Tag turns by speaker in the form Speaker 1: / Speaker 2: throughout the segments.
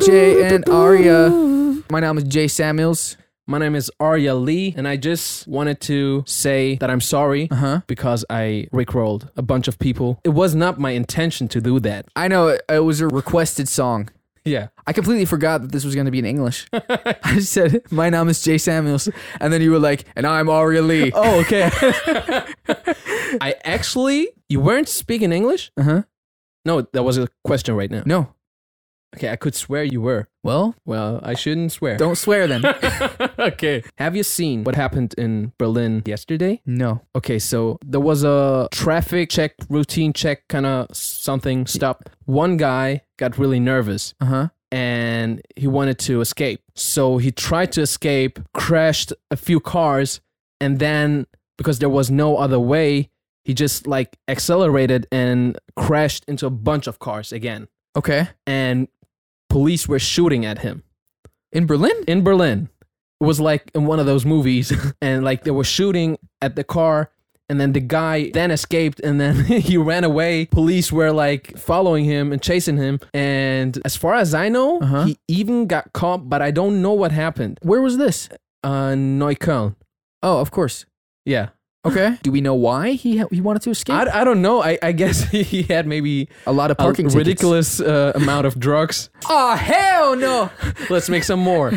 Speaker 1: and Aria. My name is Jay Samuels.
Speaker 2: My name is Arya Lee, and I just wanted to say that I'm sorry
Speaker 1: Uh huh.
Speaker 2: because I rickrolled a bunch of people. It was not my intention to do that.
Speaker 1: I know it, it was a requested song.
Speaker 2: Yeah.
Speaker 1: I completely forgot that this was going to be in English. I just said, "My name is Jay Samuels," and then you were like, "And I'm Aria Lee."
Speaker 2: Oh, okay. I actually, you weren't speaking English?
Speaker 1: Uh huh.
Speaker 2: No, that was a question right now.
Speaker 1: No.
Speaker 2: Okay, I could swear you were.
Speaker 1: Well,
Speaker 2: Well, I shouldn't swear.
Speaker 1: don't swear then.
Speaker 2: okay. Have you seen what happened in Berlin yesterday?
Speaker 1: no.
Speaker 2: Okay, so there was a traffic check, routine check, kind of something stop. One guy got really nervous
Speaker 1: Uh huh.
Speaker 2: and he wanted to escape. So he tried to escape, crashed a few cars, and then because there was no other way, he just like accelerated and crashed into a bunch of cars again.
Speaker 1: Okay.
Speaker 2: And police were shooting at him
Speaker 1: In Berlin?
Speaker 2: in Berlin. It was like in one of those movies, and like they were shooting at the car, and then the guy then escaped, and then he ran away. Police were like following him and chasing him. And as far as I know,
Speaker 1: Uh-huh.
Speaker 2: he even got caught, but I don't know what happened.
Speaker 1: Where was this?
Speaker 2: Uh, Neukölln.
Speaker 1: Oh, of course.
Speaker 2: Yeah.
Speaker 1: Okay. Do we know why he ha- he wanted to escape?
Speaker 2: I, I don't know. I, I guess he had maybe
Speaker 1: A lot of
Speaker 2: a
Speaker 1: parking tickets.
Speaker 2: ridiculous uh, amount of drugs.
Speaker 1: Oh hell no!
Speaker 2: Let's make some more.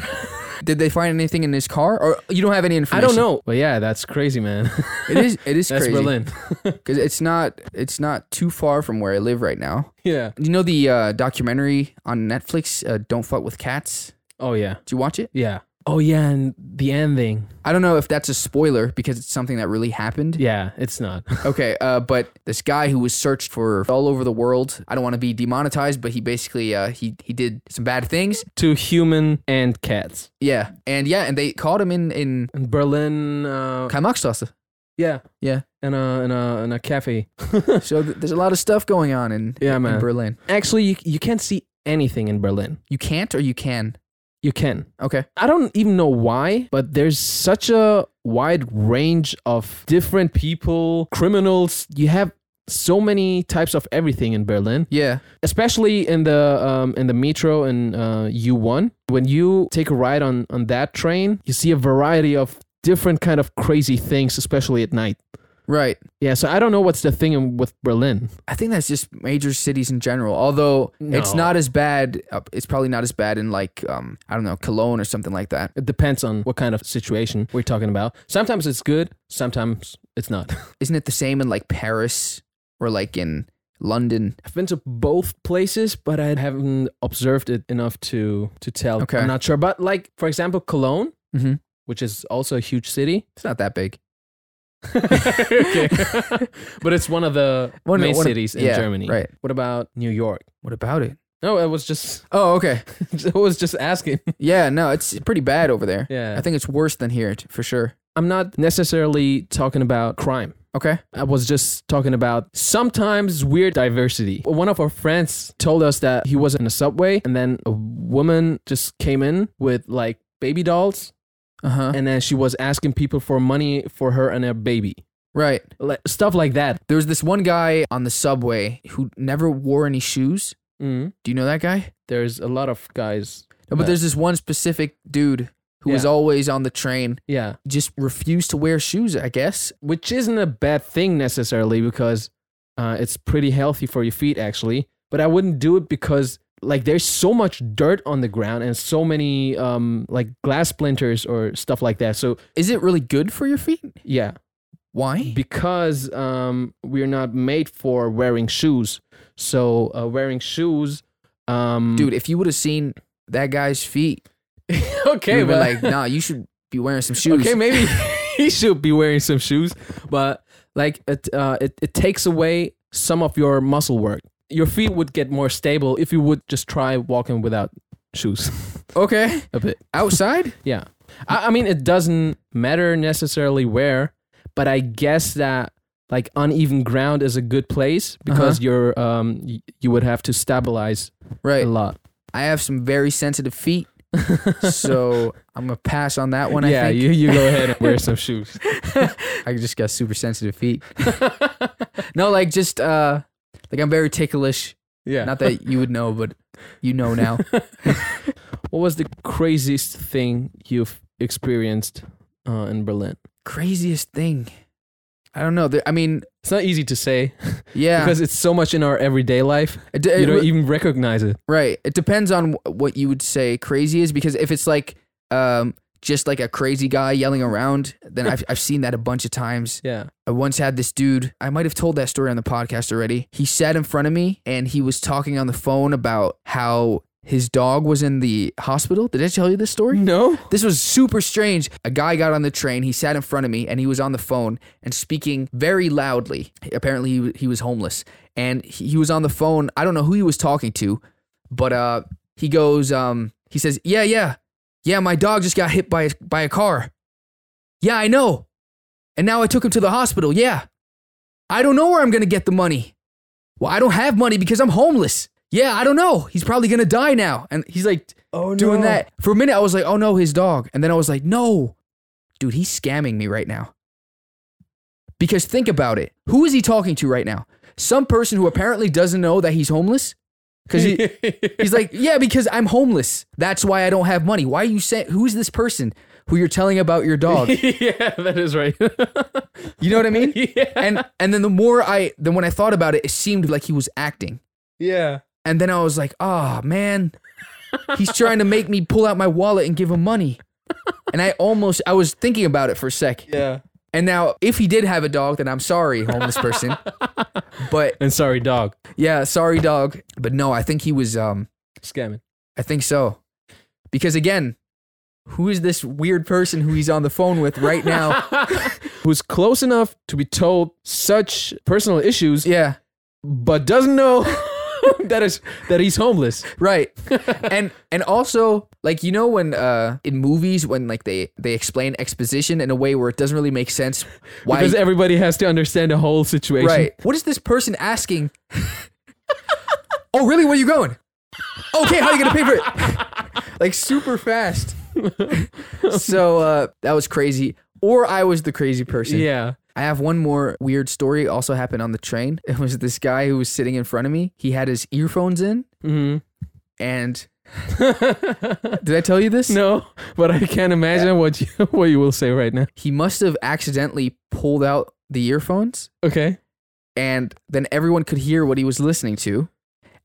Speaker 1: Did they find anything in his car, or you don't have any
Speaker 2: I don't
Speaker 1: information?
Speaker 2: know. But yeah, that's crazy, man.
Speaker 1: It is. It is
Speaker 2: that's
Speaker 1: crazy.
Speaker 2: Berlin.
Speaker 1: because it's not. It's not too far from where I live right now.
Speaker 2: yeah.
Speaker 1: You know the uh, documentary on Netflix, uh, "Don't Fuck with Cats."
Speaker 2: Oh, yeah.
Speaker 1: Did you watch it?
Speaker 2: Yeah. Oh yeah, and the ending.
Speaker 1: I don't know if that's a spoiler because it's something that really happened.
Speaker 2: Yeah, it's not.
Speaker 1: Okay, uh, but this guy who was searched for all over the world. I don't want to be demonetized, but he basically uh, he he did some bad things.
Speaker 2: to human and cats.
Speaker 1: Yeah, and yeah, and they caught him in in
Speaker 2: In Berlin, uh,
Speaker 1: Kaimakstrasse.
Speaker 2: yeah,
Speaker 1: Yeah.
Speaker 2: in a in a in a cafe.
Speaker 1: So th- there's a lot of stuff going on in
Speaker 2: Yeah,
Speaker 1: in
Speaker 2: man.
Speaker 1: Berlin.
Speaker 2: Actually, you you can't see anything in Berlin.
Speaker 1: You can't or you can.
Speaker 2: You can.
Speaker 1: Okay.
Speaker 2: I don't even know why, but there's such a wide range of different people, criminals. You have so many types of everything in Berlin.
Speaker 1: Yeah.
Speaker 2: especially in the um, in the metro in uh, U1. When you take a ride on on that train, you see a variety of different kind of crazy things, especially at night.
Speaker 1: Right.
Speaker 2: Yeah, so I don't know what's the thing in- with Berlin.
Speaker 1: I think that's just major cities in general. Although it's
Speaker 2: No.
Speaker 1: not as bad. uh, It's probably not as bad in like um I don't know Cologne or something like that.
Speaker 2: It depends on what kind of situation we're talking about. Sometimes it's good, sometimes it's not.
Speaker 1: Isn't it the same in like Paris or like in London?
Speaker 2: I've been to both places, but I haven't observed it enough to to tell.
Speaker 1: Okay.
Speaker 2: I'm not sure, but like for example, Cologne,
Speaker 1: Mhm.
Speaker 2: which is also a huge city.
Speaker 1: It's not that big.
Speaker 2: okay. but it's one of the
Speaker 1: One of-
Speaker 2: main
Speaker 1: one of-
Speaker 2: cities in
Speaker 1: yeah,
Speaker 2: Germany.
Speaker 1: right.
Speaker 2: What about New York?
Speaker 1: What about it?
Speaker 2: No, I was just
Speaker 1: Oh, okay.
Speaker 2: I was just asking.
Speaker 1: Yeah, no, it's pretty bad over there.
Speaker 2: Yeah.
Speaker 1: I think it's worse than here t- for sure.
Speaker 2: I'm not necessarily talking about crime.
Speaker 1: Okay.
Speaker 2: I was just talking about sometimes weird diversity. One of our friends told us that he was in a subway and then a woman just came in with like baby dolls
Speaker 1: Uh huh.
Speaker 2: and then she was asking people for money for her and her baby.
Speaker 1: Right.
Speaker 2: Like, stuff like that.
Speaker 1: There was this one guy on the subway who never wore any shoes.
Speaker 2: Mm.
Speaker 1: Do you know that guy?
Speaker 2: There's a lot of guys.
Speaker 1: No, but there's this one specific dude who was
Speaker 2: Yeah.
Speaker 1: always on the train,
Speaker 2: Yeah.
Speaker 1: just refused to wear shoes, I guess.
Speaker 2: which isn't a bad thing necessarily because uh, it's pretty healthy for your feet actually. But I wouldn't do it because like there's so much dirt on the ground and so many um, like glass splinters or stuff like that. So
Speaker 1: Is it really good for your feet?
Speaker 2: yeah,
Speaker 1: Why?
Speaker 2: because um, we're not made for wearing shoes. So uh, wearing shoes, um,
Speaker 1: Dude, if you would have seen that guy's feet,
Speaker 2: okay,
Speaker 1: you would
Speaker 2: but
Speaker 1: have like, nah, you should be wearing some shoes.
Speaker 2: Okay, maybe he should be wearing some shoes, but like it, uh, it, it takes away some of your muscle work. Your feet would get more stable if you would just try walking without shoes
Speaker 1: okay.
Speaker 2: a bit.
Speaker 1: Outside?
Speaker 2: Yeah, I, I mean it doesn't matter necessarily where, but I guess that like uneven ground is a good
Speaker 1: Uh-huh.
Speaker 2: place because you're um y- you would have to stabilize a
Speaker 1: right.
Speaker 2: lot.
Speaker 1: I have some very sensitive feet, so I'm going to pass on that one, I
Speaker 2: yeah,
Speaker 1: think.
Speaker 2: you you go ahead and wear some shoes.
Speaker 1: I just got super sensitive feet. no, like just, uh, like I'm very ticklish.
Speaker 2: Yeah.
Speaker 1: Not that you would know, but you know now.
Speaker 2: What was the craziest thing you've experienced uh, in Berlin?
Speaker 1: Craziest thing. I don't know. There- I mean,
Speaker 2: It's not easy to say
Speaker 1: yeah.
Speaker 2: because it's so much in our everyday life.
Speaker 1: It d-
Speaker 2: You
Speaker 1: it
Speaker 2: don't
Speaker 1: re-
Speaker 2: even recognize it.
Speaker 1: right. It depends on wh- what you would say crazy is because if it's like um just like a crazy guy yelling around, then I've I've seen that a bunch of times.
Speaker 2: Yeah.
Speaker 1: I once had this dude, I might have told that story on the podcast already. He sat in front of me and he was talking on the phone about how his dog was in the hospital. Did I tell you this story?
Speaker 2: No.
Speaker 1: This was super strange. A guy got on the train, he sat in front of me and he was on the phone and speaking very loudly. Apparently he, he was homeless and he, he was on the phone. I don't know who he was talking to, but uh he goes um he says, "Yeah, yeah. Yeah, my dog just got hit by a, by a car." "Yeah, I know." And now I took him to the hospital. "Yeah." "I don't know where I'm going to get the money." "Well, I don't have money because I'm homeless." "Yeah, I don't know. He's probably going to die now." And he's like
Speaker 2: Oh no.
Speaker 1: doing that. For a minute, I was like, oh no, his dog. And then I was like, no, dude, he's scamming me right now. Because think about it. Who is he talking to right now? Some person who apparently doesn't know that he's homeless? Because he, he's like, yeah, because I'm homeless. That's why I don't have money. Why are you saying, who's this person who you're telling about your dog?
Speaker 2: yeah, that is right.
Speaker 1: You know what I mean?
Speaker 2: yeah.
Speaker 1: And, and then the more I, then when I thought about it, it seemed like he was acting.
Speaker 2: Yeah.
Speaker 1: And then I was like, oh man, he's trying to make me pull out my wallet and give him money. And I almost, I was thinking about it for a sec.
Speaker 2: Yeah.
Speaker 1: And now, if he did have a dog, then I'm sorry, homeless person. but
Speaker 2: And sorry, dog.
Speaker 1: yeah, sorry, dog. But no, I think he was, um,
Speaker 2: Scamming.
Speaker 1: I think so. Because again, who is this weird person who he's on the phone with right now?
Speaker 2: Who's close enough to be told such personal issues,
Speaker 1: yeah,
Speaker 2: but doesn't know that is that he's homeless.
Speaker 1: right. and and also like you know when uh in movies when like they they explain exposition in a way where it doesn't really make sense why
Speaker 2: Because everybody has to understand the whole situation.
Speaker 1: Right. What is this person asking? oh, really? Where you going? Okay, how you gonna pay for it? like super fast. so uh, that was crazy. Or I was the crazy person.
Speaker 2: Yeah.
Speaker 1: I have one more weird story. Also happened on the train. It was this guy who was sitting in front of me. He had his earphones in,
Speaker 2: hmm
Speaker 1: and did I tell you this?
Speaker 2: no, but I can't imagine what you what you will say right now.
Speaker 1: He must have accidentally pulled out the earphones.
Speaker 2: Okay.
Speaker 1: and then everyone could hear what he was listening to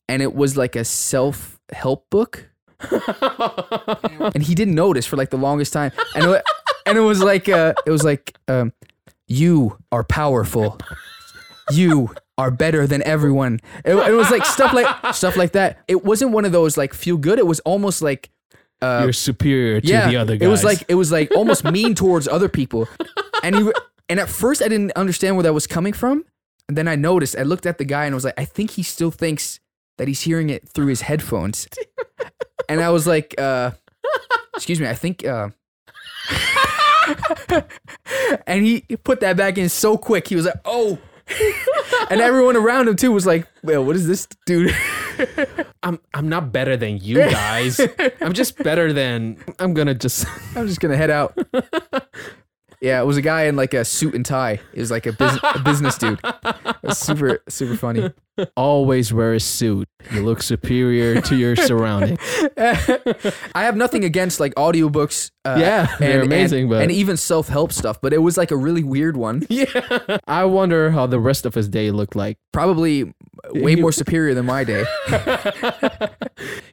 Speaker 1: and it was like a self-help book and he didn't notice for like the longest time and it, wa- and it was like uh, it was like um, you are powerful you are better than everyone it, it was like stuff like stuff like that it wasn't one of those like feel good it was almost like uh,
Speaker 2: You're superior to
Speaker 1: yeah,
Speaker 2: the other guys.
Speaker 1: It was like it was like almost mean towards other people. And he and at first I didn't understand where that was coming from. And then I noticed, I looked at the guy and I was like, I think he still thinks that he's hearing it through his headphones. and I was like, uh, excuse me, I think uh and he put that back in so quick. He was like, "Oh." and everyone around him too was like, "Well, what is this dude?"
Speaker 2: I'm I'm not better than you guys. I'm just better than I'm gonna just
Speaker 1: I'm just gonna head out. yeah, it was a guy in like a suit and tie. It was like a, bus- a business dude. It was super super funny.
Speaker 2: always wear a suit. You look superior to your surroundings.
Speaker 1: I have nothing against like audiobooks. Uh,
Speaker 2: Yeah, they're amazing,
Speaker 1: and,
Speaker 2: but-
Speaker 1: and even self help stuff. But it was like a really weird one.
Speaker 2: Yeah. I wonder how the rest of his day looked like.
Speaker 1: Probably way more superior than my day.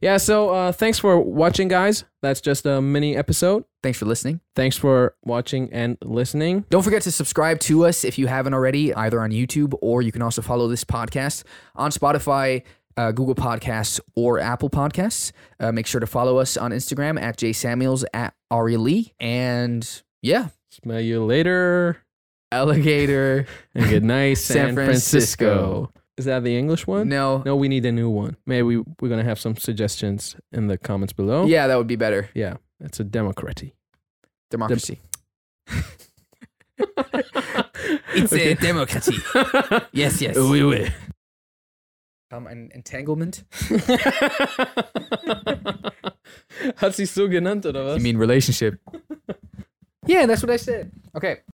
Speaker 2: Yeah, so uh thanks for watching guys. That's just a mini episode.
Speaker 1: Thanks for listening.
Speaker 2: Thanks for watching and listening.
Speaker 1: Don't forget to subscribe to us if you haven't already, either on YouTube or you can also follow this podcast on Spotify, uh, Google Podcasts, or Apple Podcasts. Uh, make sure to follow us on Instagram at Jay Samuels at Ari Lee. E. And yeah,
Speaker 2: Smell you later.
Speaker 1: alligator.
Speaker 2: And good night,
Speaker 1: San
Speaker 2: San, Francisco.
Speaker 1: Francisco.
Speaker 2: Is that the English one?
Speaker 1: No.
Speaker 2: No, we need a new one. Maybe we, we're gonna have some suggestions in the comments below.
Speaker 1: Yeah, that would be better.
Speaker 2: Yeah. That's a democracy.
Speaker 1: Democracy.
Speaker 2: it's
Speaker 1: democracy. yes, yes.
Speaker 2: Oui, oui.
Speaker 1: Um, an entanglement?
Speaker 2: Hat sich so genannt, oder was?
Speaker 1: mean relationship? yeah, that's what I said. Okay.